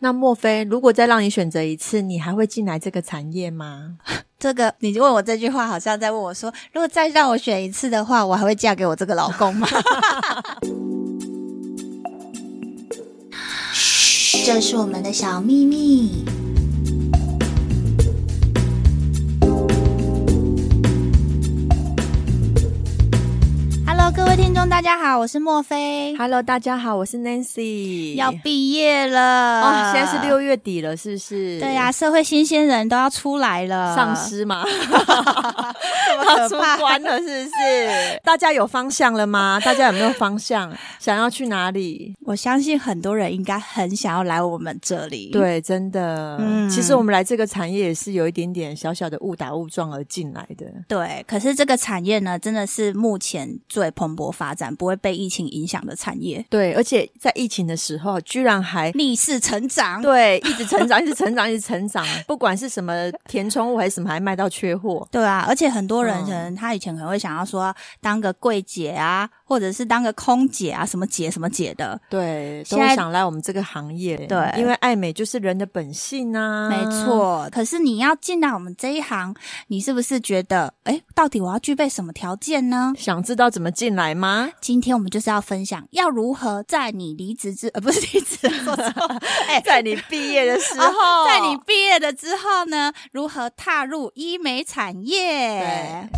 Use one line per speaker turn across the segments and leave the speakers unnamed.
那莫非如果再让你选择一次，你还会进来这个产业吗？
这个你问我这句话，好像在问我说，如果再让我选一次的话，我还会嫁给我这个老公吗？这是我们的小秘密。Hello，各位听众，大家好，我是莫菲。
Hello，大家好，我是 Nancy。
要毕业了
哦，现在是六月底了，是不是？
对呀、、社会新鲜人都要出来了，
丧尸 嘛，
好
他出关了，是不是？ 大家有方向了吗？大家有没有方向？想要去哪里？
我相信很多人应该很想要来我们这里。，
对，真的，
嗯
其实我们来这个产业也是有一点点小小的误打误撞而进来的。
对，可是这个产业呢，真的是目前最蓬勃发展、不会被疫情影响的产业，
对，而且在疫情的时候，居然还
逆势成长。
对，一直成长，一直成长，一直成长， 不管是什么填充物还是什么，还卖到缺货。
对啊，而且很多人
嗯
可能他以前可能会想要说当个柜姐啊，或者是当个空姐啊，什么姐什么姐的，
对，都
现在
想来我们这个行业。
对
因为爱美就是人的本性啊。
没。错。可是你要进来我们这一行，你是不是觉得，哎，到底我要具备什么条件呢？
想知道怎么进来吗？
今天我们就是要分享，要如何在你离职之呃不是离职，说错 了，哎、
在你毕业的 时候，
在你毕业了之后呢，如何踏入医美产业？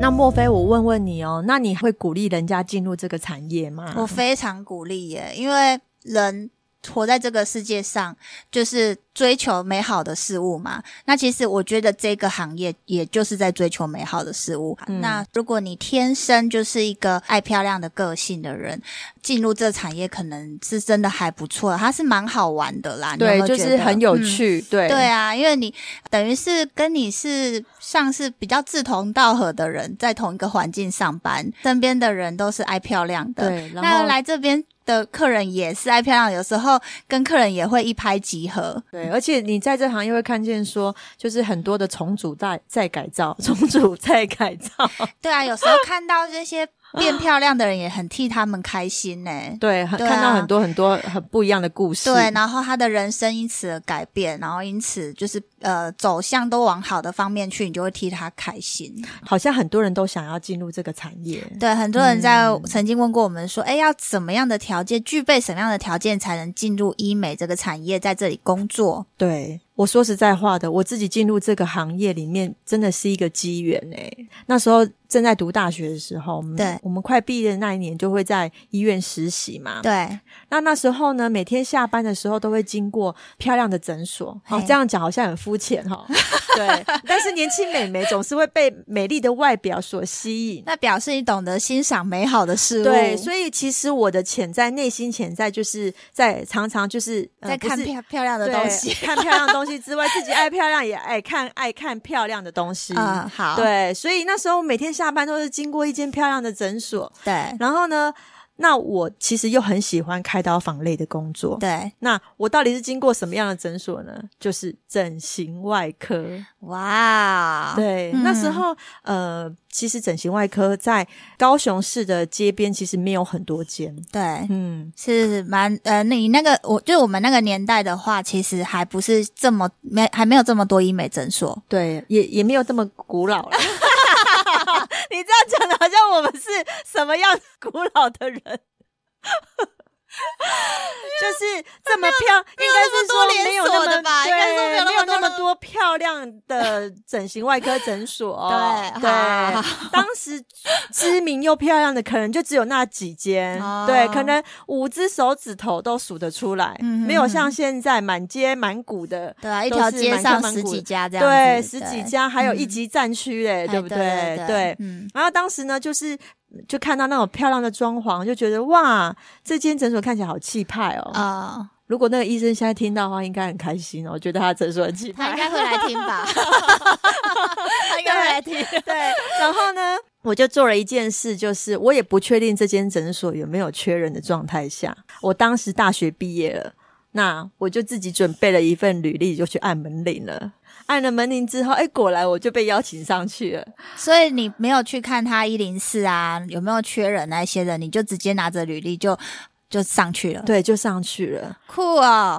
那莫非我问问你哦，那你会鼓励人家进入这个产业吗？
我非常鼓励耶，因为人活在这个世界上，就是追求美好的事物嘛。那其实我觉得这个行业也就是在追求美好的事物。
嗯
那如果你天生就是一个爱漂亮的个性的人，进入这产业可能是真的还不错，它是蛮好玩的啦。你有没
对，
有
就
觉
是
得
很有
嗯
趣。对
对啊，因为你等于是跟你是像是比较志同道合的人，在同一个环境上班，身边的人都是爱漂亮的。
对，然
那
后
来这边的客人也是爱漂亮，有时候跟客人也会一拍即合。
对，而且你在这行业会看见说，就是很多的重组再再改造，重组再改造。
对啊，有时候看到这些变漂亮的人，也很替他们开心呢、
对，很
对啊
看到很多很多很不一样的故事。
对，然后他的人生因此而改变，然后因此就是呃走向都往好的方面去，你就会替他开心。
好像很多人都想要进入这个产业。
对，很多人在
嗯
曾经问过我们说，哎、要怎么样的条件，具备什么样的条件才能进入医美这个产业，在这里工作？
对，我说实在话的，我自己进入这个行业里面真的是一个机缘哎、那时候正在读大学的时候，我们
对
我们快毕业的那一年就会在医院实习嘛。
对，
那那时候呢，每天下班的时候都会经过漂亮的诊所。哦
嘿，
这样讲好像很肤浅 哈、哦。对，但是年轻美眉总是会被美丽的外表所吸引。
那表示你懂得欣赏美好的事物。
对，所
以
以其实我的潜在内心潜在就是在常常就是、呃、
在看
不是
漂漂亮的
对
东西。
看漂亮的东西之外，自己爱漂亮也爱看爱看漂亮的东西。
嗯，好，
对，所以那时候每天下班都是经过一间漂亮的诊所，
对
然后呢，那我其实又很喜欢开刀房类的工作。
对，
那我到底是经过什么样的诊所呢？就是整形外科。
哇，
对，
嗯
那时候呃，其实整形外科在高雄市的街边其实没有很多间。
对。
嗯，
是蛮呃，你那个我就我们那个年代的话，其实还不是这么没还没有这么多医美诊所，
对，也也没有这么古老了。 你这样讲的好像我们是什么样古老的人， 就是这么漂，应该是说没有那
没有那么多连锁的吧应该说没
对，
有
没
那么
有
多
那么多漂亮的整形外科诊所。
对 好
对，当时知名又漂亮的可能就只有那几间
哦，
对，可能五只手指头都数得出来，
嗯
没有像现在满街满谷的。
对啊，一
都
条
是
街
蛮
上
蛮
十
古
几
的
家这样
对，
子嗯
十几家，还有一级战区嘞，
哎
对不对？
对
对
嗯，
然后当时呢，就是就看到那种漂亮的装潢，就觉得哇，这间诊所看起来好气派哦。
啊、
如果那个医生现在听到的话，应该很开心哦，觉得他的诊所很气
他应
派。
该会来听吧？他应该会来听。
对，然后呢，我就做了一件事，就是我也不确定这间诊所有没有缺人的状态下，我当时大学毕业了，那我就自己准备了一份履历，就去按门铃了。按了门铃之后，哎，果然我就被邀请上去了。
所以你没有去看他一零四啊，有没有缺人那些人，你就直接拿着履历就就上去了，
对，就上去了。
酷哦。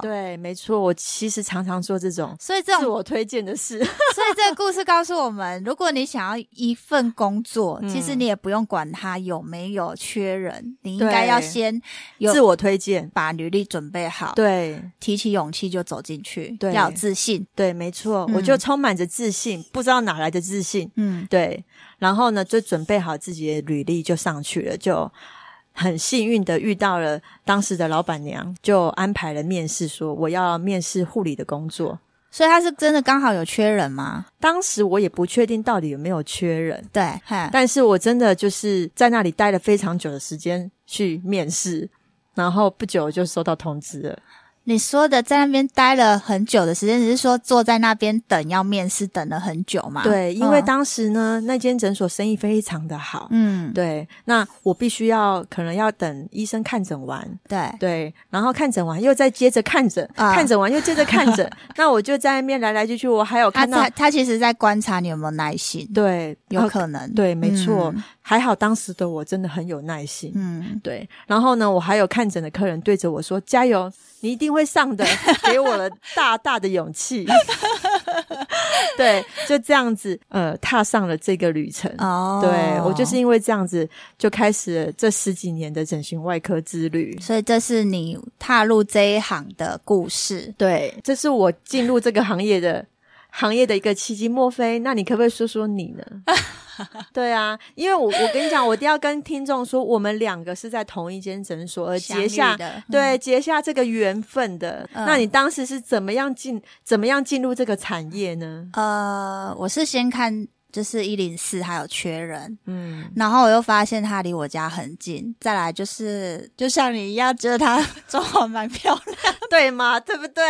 嗯对，没错，我其实常常做这种
所以这种
自我推荐的事。
所以这个故事告诉我们，如果你想要一份工作，
嗯
其实你也不用管它有没有缺人，你应该
对
要先有
自我推荐，
把履历准备好，
对
提起勇气就走进去，
对
要有自信。
对，没错，
嗯
我就充满着自信，不知道哪来的自信。
嗯，
对，然后呢，就准备好自己的履历就上去了，就很幸运的遇到了当时的老板娘，就安排了面试，说我要面试护理的工作。
所以他是真的刚好有缺人吗？
当时我也不确定到底有没有缺人，
对，嘿
但是我真的就是在那里待了非常久的时间去面试，然后不久就收到通知了。
你说的在那边待了很久的时间，只是说坐在那边等要面试，等了很久嘛？
对，因为
嗯
当时呢，那间诊所生意非常的好。
嗯，
对，那我必须要可能要等医生看诊完，
对
对，然后看诊完又再接着看诊，
啊
看诊完又接着看 诊，那我就在那边来来去去，我还有
他
看到，
他他其实在观察你有没有耐心，
对，
有
呃
可能，
对，没错，
嗯
还好当时的我真的很有耐心。
嗯，
对，然后呢，我还有看诊的客人对着我说：“加油，你一定会上的！”给我了大大的勇气。 对，就这样子，呃，踏上了这个旅程。
哦，
嗯对我就是因为这样子，就开始了这十几年的整形外科之旅。
所以这是你踏入这一行的故事。
对，这是我进入这个行业的行业的一个契机。莫非，那你可不可以说说你 呢？对啊，因为我我跟你讲，我一定要跟听众说，我们两个是在同一间诊所，而结下
相遇的，
对结下这个缘分的。
嗯
那你当时是怎么样进怎么样进入这个产业呢？
呃，我是先看就是一零四还有缺人，
嗯，
然后我又发现它离我家很近，再来就是就像你一样，觉得它 装潢蛮漂亮。
对嘛，对不对？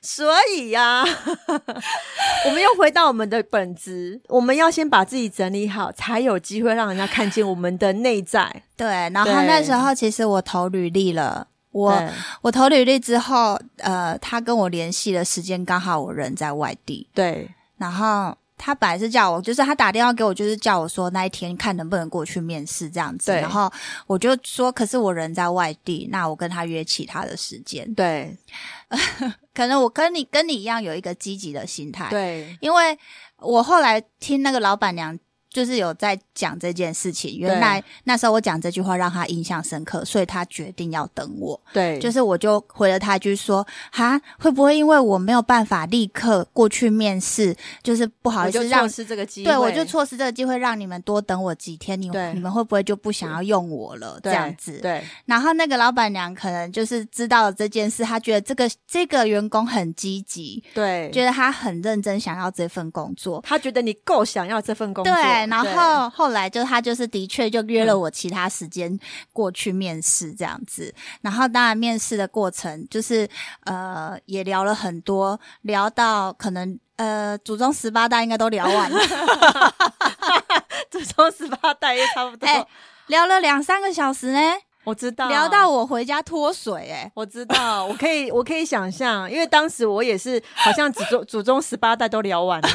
所以呀、 我们又回到我们的本质，我们要先把自己整理好，才有机会让人家看见我们的内在。
对，然后
对
那时候其实我投履历了。我
对
我投履历之后，呃，他跟我联系的时间刚好我人在外地，
对，
然后他本来是叫我，就是他打电话给我，就是叫我说那一天看能不能过去面试这样子。
对
然后我就说，可是我人在外地，那我跟他约其他的时间。
对
可能我跟你跟你一样有一个积极的心
哎
态，，
对
因为我后来听那个老板娘。就是有在讲这件事情，原来那时候我讲这句话让他印象深刻，所以他决定要等我。
对，
就是是我就回了他一句说，哈，会不会因为我没有办法立刻过去面试，就是不好意思让
错失这个机会，
对，我就错失这个机会，让你们多等我几天，你
对
你们会不会就不想要用我了？这
对
样子。
对
然后那个老板娘可能就是知道了这件事，她觉得这个这个员工很积极，
对，
觉得他很认真，想要这份工作。
他觉得你够想要这份工
对
作，，嗯
然后后来就他就是的确就约了我其他时间过去面试这样子，然后当然面试的过程就是呃也聊了很多，聊到可能呃祖宗十八代应该都 聊完了，
祖宗十八代也差不多，
哎聊了两三个小时呢，
我知道，
聊到我回家脱水、哎，
我知道，我可以我可以想象，因为当时我也是好像祖宗 祖宗十八代都聊完了，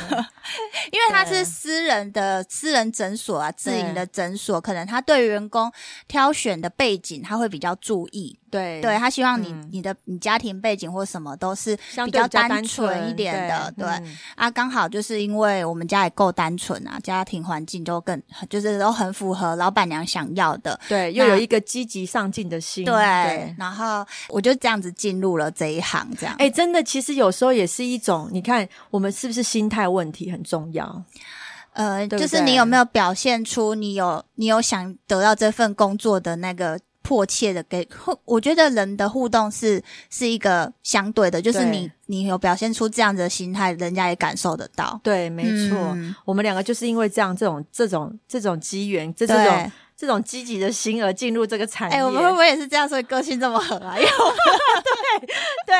因为他
对
是私人的私人诊所啊，自营的诊所，可能他对员工挑选的背景他会比较注意，
对
对他希望你、
嗯
你的你家庭背景或什么都是
相
比
对
较
比较
单纯
纯
一点的，对
嗯
啊，刚好就是因为我们家也够单纯啊，家庭环境都更就是都很符合老板娘想要的。
对，又
那
有一个积极上进的心，
对，然后我就这样子进入了这一行，这样。
哎、真的，其实有时候也是一种，你看我们是不是心态问题很重要？
呃，
对不
就是你
对
有没有表现出你有你有想得到这份工作的那个迫切的给？互我觉得人的互动是是一个相对的，就是
对
你你有表现出这样的心态，人家也感受得到。
对，没错。
嗯
我们两个就是因为这样这种这种这种机缘，这
对，
这种
哎、
这种积极的心而进入这个产业。
我们会不会也是这样，所以个性这么合啊？因为我们
对，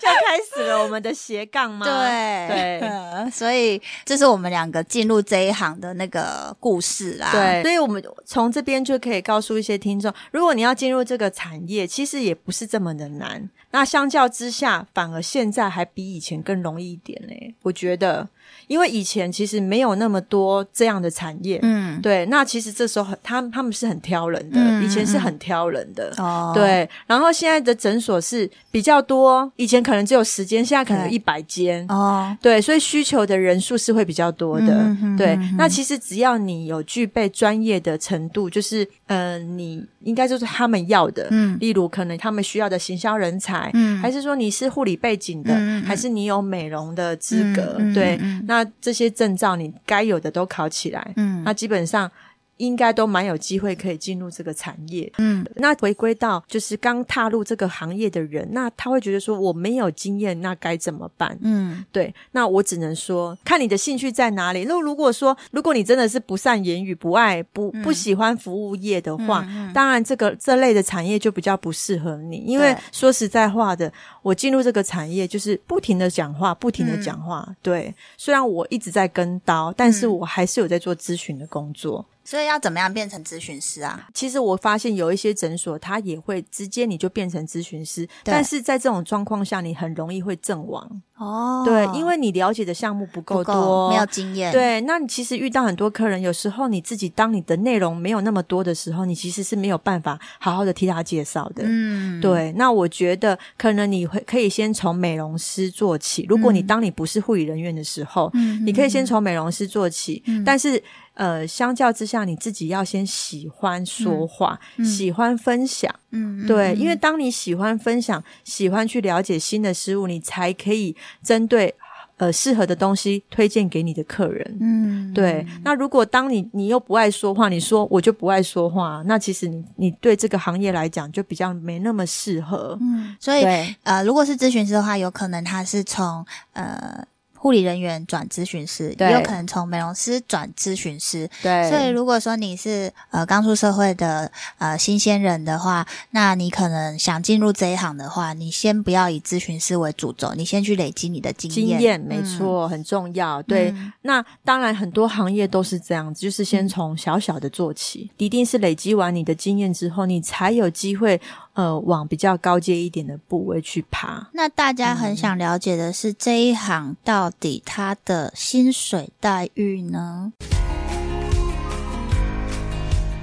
就开始了我们的斜杠吗？
对
对。
呃所以这是我们两个进入这一行的那个故事啦。
对，所以我们从这边就可以告诉一些听众，如果你要进入这个产业，其实也不是这么的难。那相较之下，反而现在还比以前更容易一点嘞、我觉得，因为以前其实没有那么多这样的产业。
嗯，
对，那其实这时候很他他们是很挑人的，
嗯
以前是
嗯
很挑人的。
哦，
对，然后现在的诊所是比较多，以前可能只有十间，现在可能有
对
一百间。
哦，
对，所以需求的人数是会比较多的。
嗯哼哼
对
哼，
那其实只要你有具备专业的程度，就是呃，你应该就是他们要的。
嗯
例如，可能他们需要的行销人才，
嗯
还是说你是护理背景的，
嗯嗯嗯
还是你有美容的资格？
嗯嗯
对，
嗯嗯
那这些证照你该有的都考起来，
嗯
那基本上。应该都蛮有机会可以进入这个产业，
嗯，
那回归到就是刚踏入这个行业的人，那他会觉得说我没有经验，那该怎么办？
嗯
对，那我只能说，看你的兴趣在哪里。那如果说，如果你真的是不善言语、不爱、不
嗯
不喜欢服务业的话，当然这个这类的产业就比较不适合你。因为
对
说实在话的，我进入这个产业就是不停的讲话，不停的
嗯
讲话。对，虽然我一直在跟刀，但
嗯
是我还是有在做咨询的工作。
所以要怎么样变成咨询师啊？
其实我发现有一些诊所，它也会直接你就变成咨询师，但是在这种状况下，你很容易会阵亡。
哦，
对，因为你了解的项目不
不
够多，
够没有经验，，
对，那你其实遇到很多客人，有时候你自己当你的内容没有那么多的时候，你其实是没有办法好好的替他介绍的。
嗯，
对，那我觉得可能你会可以先从美容师做起。如果你当你不是护理人员的时候，
嗯，
你可以先从美容师做起，但是呃，相较之下，你自己要先喜欢说话，喜欢分享。
嗯嗯，嗯，
对，因为当你喜欢分享、喜欢去了解新的事物，你才可以针对呃适合的东西推荐给你的客人。
嗯，
对，那如果当你你又不爱说话，你说我就不爱说话，啊那其实你你对这个行业来讲就比较没那么适合。
嗯，所以
对
呃，如果是咨询师的话，有可能他是从呃护理人员转咨询师，
对
也有可能从美容师转咨询师。
对
所以如果说你是呃刚出社会的呃新鲜人的话，那你可能想进入这一行的话，你先不要以咨询师为主轴，你先去累积你的经
经
验。嗯
验嗯没错、很重要。对，那当然很多行业都是这样子，就是先从小小的做起，一定是累积完你的经验之后，你才有机会呃往比较高阶一点的部位去爬。
那大家很想了解的是，这一行到底它的薪水待遇呢？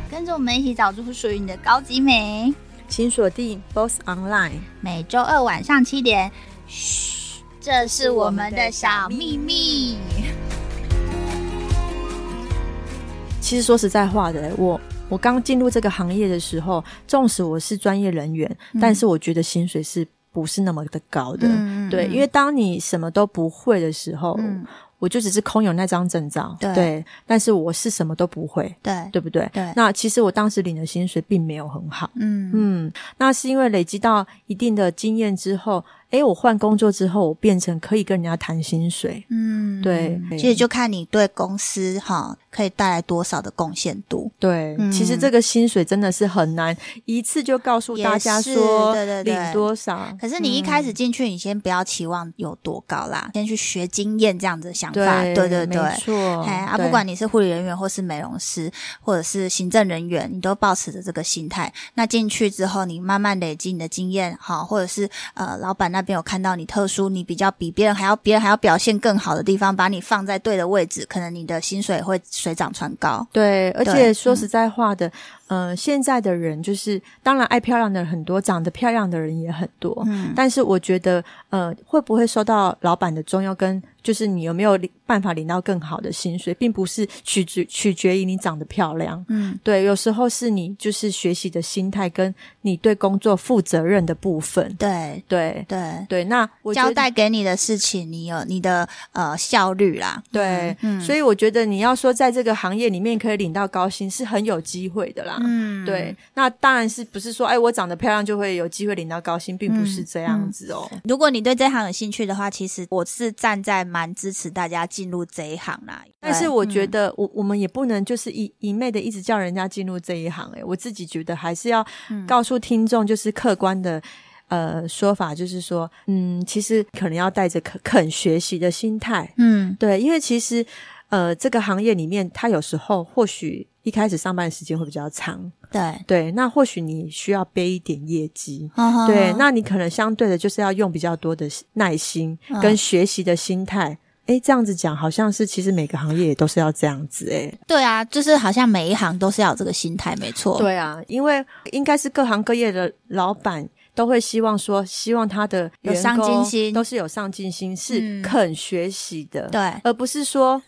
跟着我们一起找出属于你的高级美。
请锁定 Boss Online。
每周二晚上七点。嘘，这是我们的小秘密。
其实说实在话的，我我刚进入这个行业的时候，纵使我是专业人员，但是我觉得薪水是不是那么的高的？
嗯
对，
嗯
因为当你什么都不会的时候，
嗯，
我就只是空有那张证照，
对
但是我是什么都不会，
对，
对不对？
对
那其实我当时领的薪水并没有很好，
嗯
嗯，那是因为累积到一定的经验之后，诶，我换工作之后，我变成可以跟人家谈薪水，
嗯，
对
其实就看你对公司哈可以带来多少的贡献度。
对，其实
嗯
这个薪水真的是很难一次就告诉大家
也是
说
对对对
领多少。
可是你一
嗯
开始进去，你先不要期望有多高啦，先去学经验这样子的想法。对对对。
没错。
哎啊，
对
不管你是护理人员，或是美容师，或者是行政人员，你都保持着这个心态。那进去之后，你慢慢累积你的经验，好，或者是呃，老板那边有看到你特殊，你比较比别人还要，别人还要表现更好的地方，把你放在对的位置，可能你的薪水会水涨船高。
对，而
对嗯
且说实在话的，呃，现在的人就是，当然爱漂亮的人很多，长得漂亮的人也很多，
嗯，
但是我觉得，呃，会不会受到老板的重要跟就是你有没有领办法领到更好的薪水，并不是取决取决于你长得漂亮。
嗯，
对，有时候是你就是学习的心态跟你对工作负责任的部分。
对
对
对，
对，那我觉
交
得
代给你的事情，你有你的呃效率啦。
对，
嗯
所以我觉得你要说在这个行业里面可以领到高薪是很有机会的啦。
嗯，
对，那当然是不是说，哎，我长得漂亮就会有机会领到高薪，并不是这样子哦。
如果嗯你对这行有兴趣的话，其实我是站在蛮支持大家进入这一行啦。
但是我觉
得，
得我，我、们也不能就是一一昧的一直叫欸
嗯
人家进入这一行、哎，我自己觉得还是要告诉听众，就是客观的。呃说法，就是说，嗯，其实可能要带着肯肯学习的心态，
嗯
对，因为其实呃这个行业里面，它有时候或许一开始上班的时间会比较长，
对，
对，那或许你需要背一点业绩。
哈哈
对，
哈
那你可能相对的就是要用比较多的耐心
嗯
跟学习的心态。诶，这样子讲好像是，其实每个行业也都是要这样子诶。
对啊，就是好像每一行都是要有这个心态，没错。
对啊，因为应该是各行各业的老板都会希望说，希望他的
有
员
上进
工
心
都是有上进心，是
嗯
肯学习的，
对
而不是说。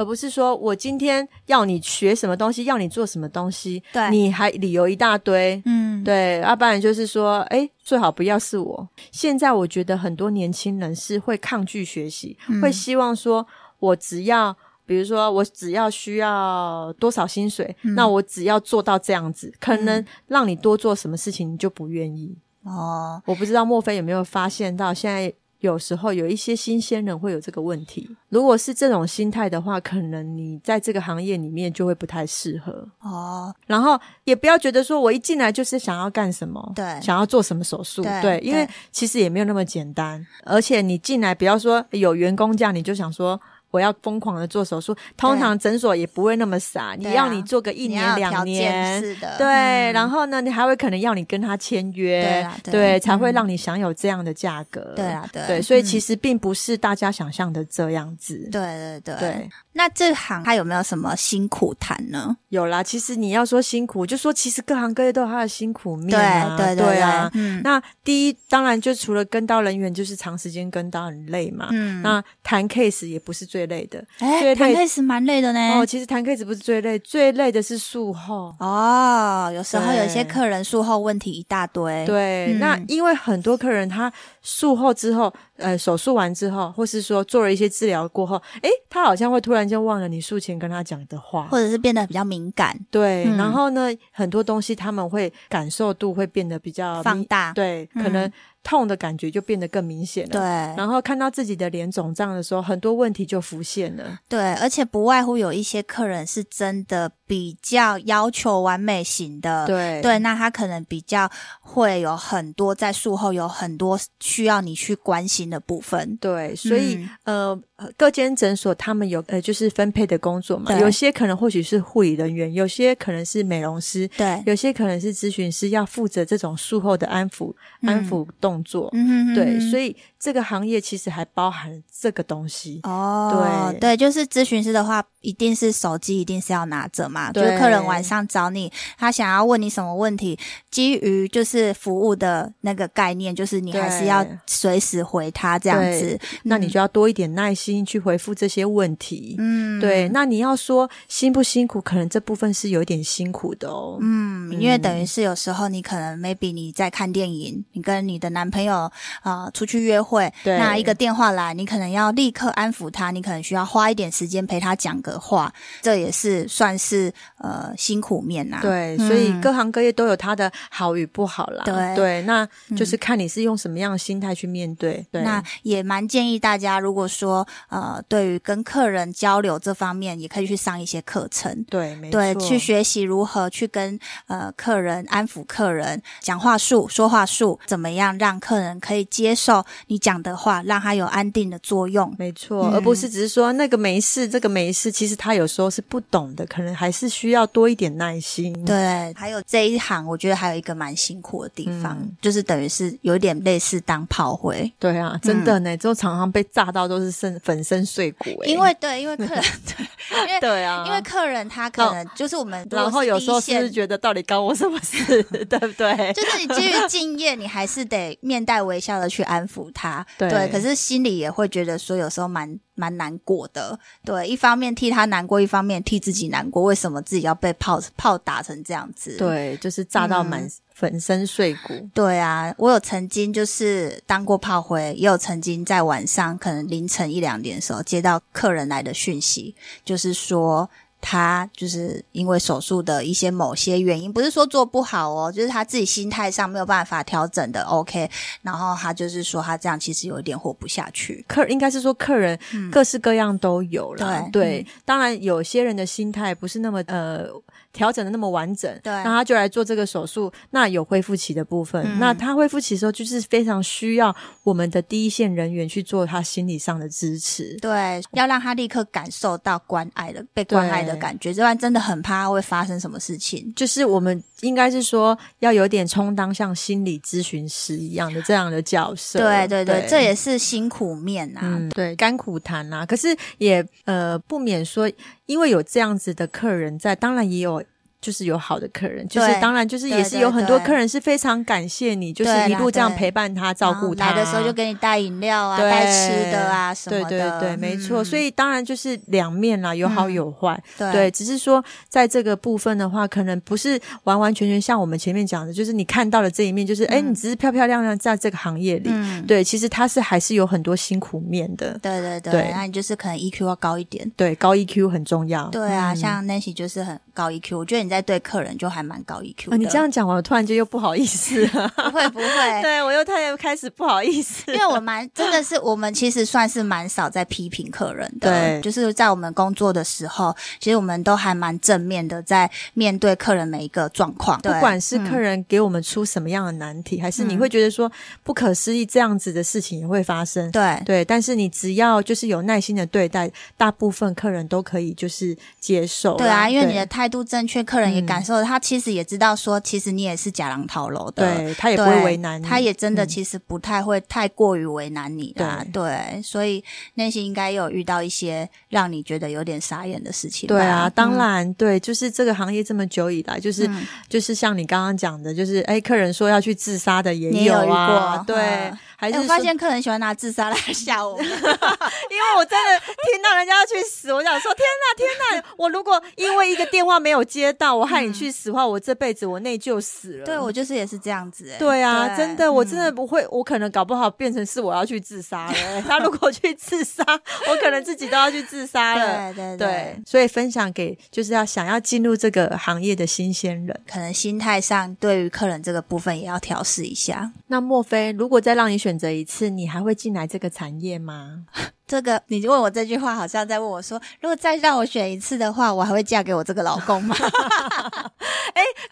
而不是说我今天要你学什么东西，要你做什么东西，
对
你还理由一大堆，
嗯，
对，啊要、不然就是说，哎，最好不要是我。现在我觉得很多年轻人是会抗拒学习，会希望说，我只要，比如说我只要需要多少薪水，那我只要做到这样子，可能让你多做什么事情你就不愿意。
哦，
我不知道莫非有没有发现到现在。有时候有一些新鲜人会有这个问题，如果是这种心态的话，可能你在这个行业里面就会不太适合。
哦，
然后也不要觉得说我一进来就是想要干什么，
对
想要做什么手术，
对对
因为其实也没有那么简单。而且你进来，不要说有员工这样，你就想说。我要疯狂的做手术，通常诊所也不会那么傻，你
对啊
要你做个一
你要
年
有条
两
件
年，
是的，
对，
嗯
然后呢，你还会可能要你跟他签约，
对啦对
才会
嗯
让你享有这样的价格，
对啦对
对，所以
嗯
其实并不是大家想象的这样子，
对对对
对。
那这行它有没有什么辛苦谈呢？
有啦，其实你要说辛苦，就说其实各行各业都有它的辛苦面啊，
对对
对啊。
嗯
那第一，当然就除了跟刀人员，就是长时间跟刀很累嘛。
嗯，
那谈 case 也不是最累的、
哎，
最
谈
累
case 蛮累的呢
哦，。其实谈 case 不是最累，最累的是术后。
哦，有时候有一些
对
客人术后问题一大堆。，
对，
嗯
那因为很多客人他术后之后，呃，手术完之后，或是说做了一些治疗过后，诶，他好像会突然间忘了你术前跟他讲的话，
或者是变得比较敏感、
对，
嗯
然后呢，很多东西他们会感受度会变得比较
放
明，
大。
对，
嗯
可能痛的感觉就变得更明显了。，
对
然后看到自己的脸肿胀的时候，很多问题就浮现了。
对，而且不外乎有一些客人是真的比较要求完美型的。
对
呃对，那他可能比较会有很多在术后有很多需要你去关心的部分。
对所以、
嗯
呃，各间诊所他们有呃，就是分配的工作嘛，
对
有些可能或许是护理人员，有些可能是美容师，
对，
有些可能是咨询师，要负责这种术后的安抚、安抚动作。
嗯哼哼
对，
哼
所以这个行业其实还包含这个东西。
哦，
对
对，就是咨询师的话，一定是手机一定是要拿着嘛。就
对
是客人晚上找你，他想要问你什么问题，基于就是服务的那个概念，就是你还是
对
要随时回他这样
对
子。
那你就要多一点耐心去回复这些问题。
嗯，
对，那你要说辛不辛苦，可能这部分是有一点辛苦的哦。
嗯，因为等于是有时候你可能 maybe 你在看电影，你跟你的男朋友呃出去约会，
对
那一个电话来，你可能要立刻安抚他，你可能需要花一点时间陪他讲个话，这也是算是呃辛苦面呐、
对，
嗯
所以各行各业都有它的好与不好啦。
对嗯
那就是看你是用什么样的心态去面对。对，
那也蛮建议大家，如果说呃，对于跟客人交流这方面，也可以去上一些课程，
对，没错，
对，去学习如何去跟呃客人安抚客人，讲话术、说话术，怎么样让客人可以接受你讲的话，让他有安定的作用。嗯
没错，而不是只是说那个没事，这个没事。其实他有时候是不懂的，可能还是需要多一点耐心。
对，还有这一行，我觉得还有一个蛮辛苦的地方，就是等于是有点类似当炮灰，
对啊，真的呢，就常常被炸到都是身粉身碎骨、欸。
嗯因为对，因为客人， 因为
对啊，
因为客人他可能就是我们如果
然后
是
有
第一
时候是
线
不是觉得到底关我什么事， 对不对？
就是你基于敬业，你还是得面带微笑的去安抚他，
对
可是心里也会觉得说，有时候蛮蛮难过的。对，一方面替他难过，一方面替自己难过。为什么自己要被炮炮打成这样子？。
对，就是炸到满
嗯
粉身碎骨。
对啊，我有曾经就是当过炮灰，也有曾经在晚上可能凌晨一两点的时候接到客人来的讯息，就是说他就是因为手术的一些某些原因，不是说做不好哦，就是他自己心态上没有办法调整的。OK，然后他就是说他这样其实有一点活不下去。
客应该是说客人各式各样都有了，
嗯对嗯
当然有些人的心态不是那么呃调整的那么完整，
对
那他就来做这个手术，那有恢复期的部分，
嗯
那他恢复期的时候就是非常需要我们的第一线人员去做他心理上的支持，
对，要让他立刻感受到关爱的被关爱的
对
感觉，不然真的很怕会发生什么事情。
就是我们应该是说要有点充当像心理咨询师一样的这样的角色，
对对对，这也是辛苦面啊。
嗯，对，甘苦谈啊。可是也呃不免说，因为有这样子的客人在，当然也有。就是有好的客人，就是
对
当然就是也
对
是
对
有很多
对
客人是非常感谢你，就是
对
一
啦
路这样
对
陪伴他、照
然后
顾他。
啊来的时候就给你带饮料啊，
对
带吃的啊什
对
么
对
的。
对，没错。
嗯
所以当然就是两面啦，有好
嗯
有坏。
对
对，只是说在这个部分的话，可能不是完完全全像我们前面讲的，就是你看到了这一面，就是哎、诶你只是漂漂亮亮在这个行业里。
嗯，
对，其实它是还是有很多辛苦面的。
对对对
对
那你就是可能 EQ 要高一点。
对，高 EQ 很重要。
对啊，
嗯
像 Nancy 就是很高 EQ，我觉得你在对客人就还蛮高 EQ 的。
啊你这样讲完，我突然间又不好意思了。
不会不会？
对我又太开始不好意思
因。为我蛮真的是我们其实算是蛮少在批评客人的，
对
就是在我们工作的时候，其实我们都还蛮正面的在面对客人每一个状况，
不
对
管是客
嗯
人给我们出什么样的难题，还是你会觉得说不可思议，这样子的事情也会发生。
对
对，但是你只要就是有耐心的对待，大部分客人都可以就是接受啦。
对啊，因为你
对
的
嗯
态度正确，客人也感受了，他其实也知道说，其实你也是假狼讨楼的，
对他也不会为难你，
他也真的
嗯
其实不太会太过于为难你啦，对，所以内心应该有遇到一些让你觉得有点傻眼的事情吧，
对啊，当
嗯。
然、对，就是这个行业这么久以来，就是、
嗯
就是像你刚刚讲的，就是哎，客人说要去自杀的
你
也
也有
啊，
遇
对，
过嗯
还
哎
是
我发
说
现客人喜欢拿自杀来 吓我们，
因为我真的听到人家要去死，我想说天哪天哪！我如果因为一个电话没有接到，我害你去死的话，我这辈子我内疚死了。
对我就是也是这样子、哎
对啊，真的，我
嗯
真的不会，我可能搞不好变成是我要去自杀了、欸他如果去自杀，我可能自己都要去自杀了。
对对
对，所以分享给就是要想要进入这个行业的新鲜人。
可能心态上对于客人这个部分也要调试一下。
那莫非如果再让你选择一次，你还会进来这个产业吗？
这个你问我这句话，好像在问我说，如果再让我选一次的话，我还会嫁给我这个老公吗？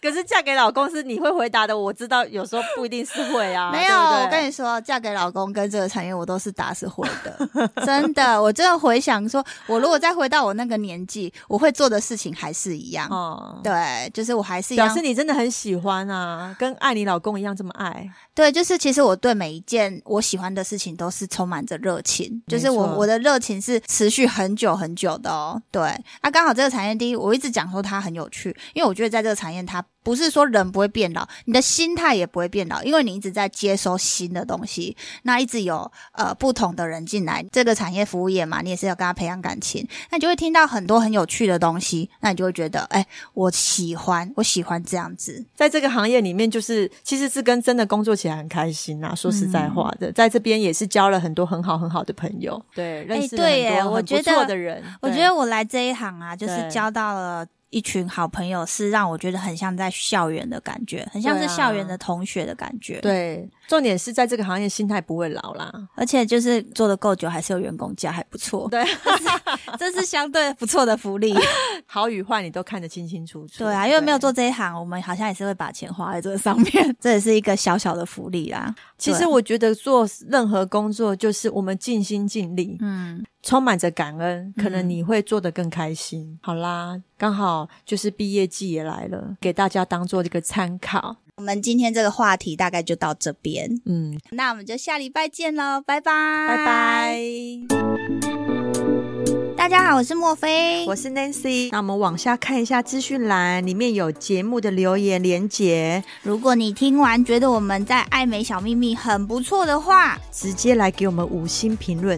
可是嫁给老公是你会回答的，我知道有时候不一定是会 啊。
没有，
对不对
我跟你说，嫁给老公跟这个产业，我都是打死会的，真的。我真的回想说，我如果再回到我那个年纪，我会做的事情还是一样。
哦，
对，就是我还是一
表
样
示。你真的很喜欢啊，跟爱你老公一样这么爱。
对，就是其实我对每一件我喜欢的事情都是充满着热情，
没
就是我
错
我的热情是持续很久很久的哦。对，那、刚好这个产业，第一我一直讲说它很有趣，因为我觉得在这个产业，它不是说人不会变老，你的心态也不会变老，因为你一直在接收新的东西，那一直有呃不同的人进来这个产业服务业嘛，你也是要跟他培养感情，那你就会听到很多很有趣的东西，那你就会觉得，哎，我喜欢，我喜欢这样子，
在这个行业里面，就是其实是跟真的工作起来很开心呐、说实在话的，在这边也是交了很多很好很好的朋友，嗯对，认识了
对耶
很多
我
很
觉
不
得
错的人。
我觉
对
得我来这一行啊，就是
对
交到了一群好朋友，是让我觉得很像在校园的感觉，很像是
对啊
校园的同学的感觉。，
对，重点是在这个行业心态不会老啦。
而且就是做的够久，还是有员工价，还不错。
对，
这是相对不错的福利。
好与坏你都看得清清楚楚。
对啊，因为没有做这一行，我们好像也是会把钱花在这上面，这也是一个小小的福利啦。
其实
对啊
我觉得做任何工作，就是我们尽心尽力，
嗯，
充满着感恩，可能你会做得更开心。好啦，刚好就是毕业季也来了，给大家当做这个参考。
我们今天这个话题大概就到这边，
嗯，
那我们就下礼拜见喽，拜拜，
拜
拜
拜。。
大家好，我是莫菲，
我是 Nancy，那我们往下看一下资讯栏，里面有节目的留言连结，
如果你听完觉得我们在爱美小秘密很不错的话，
直接来给我们五星评论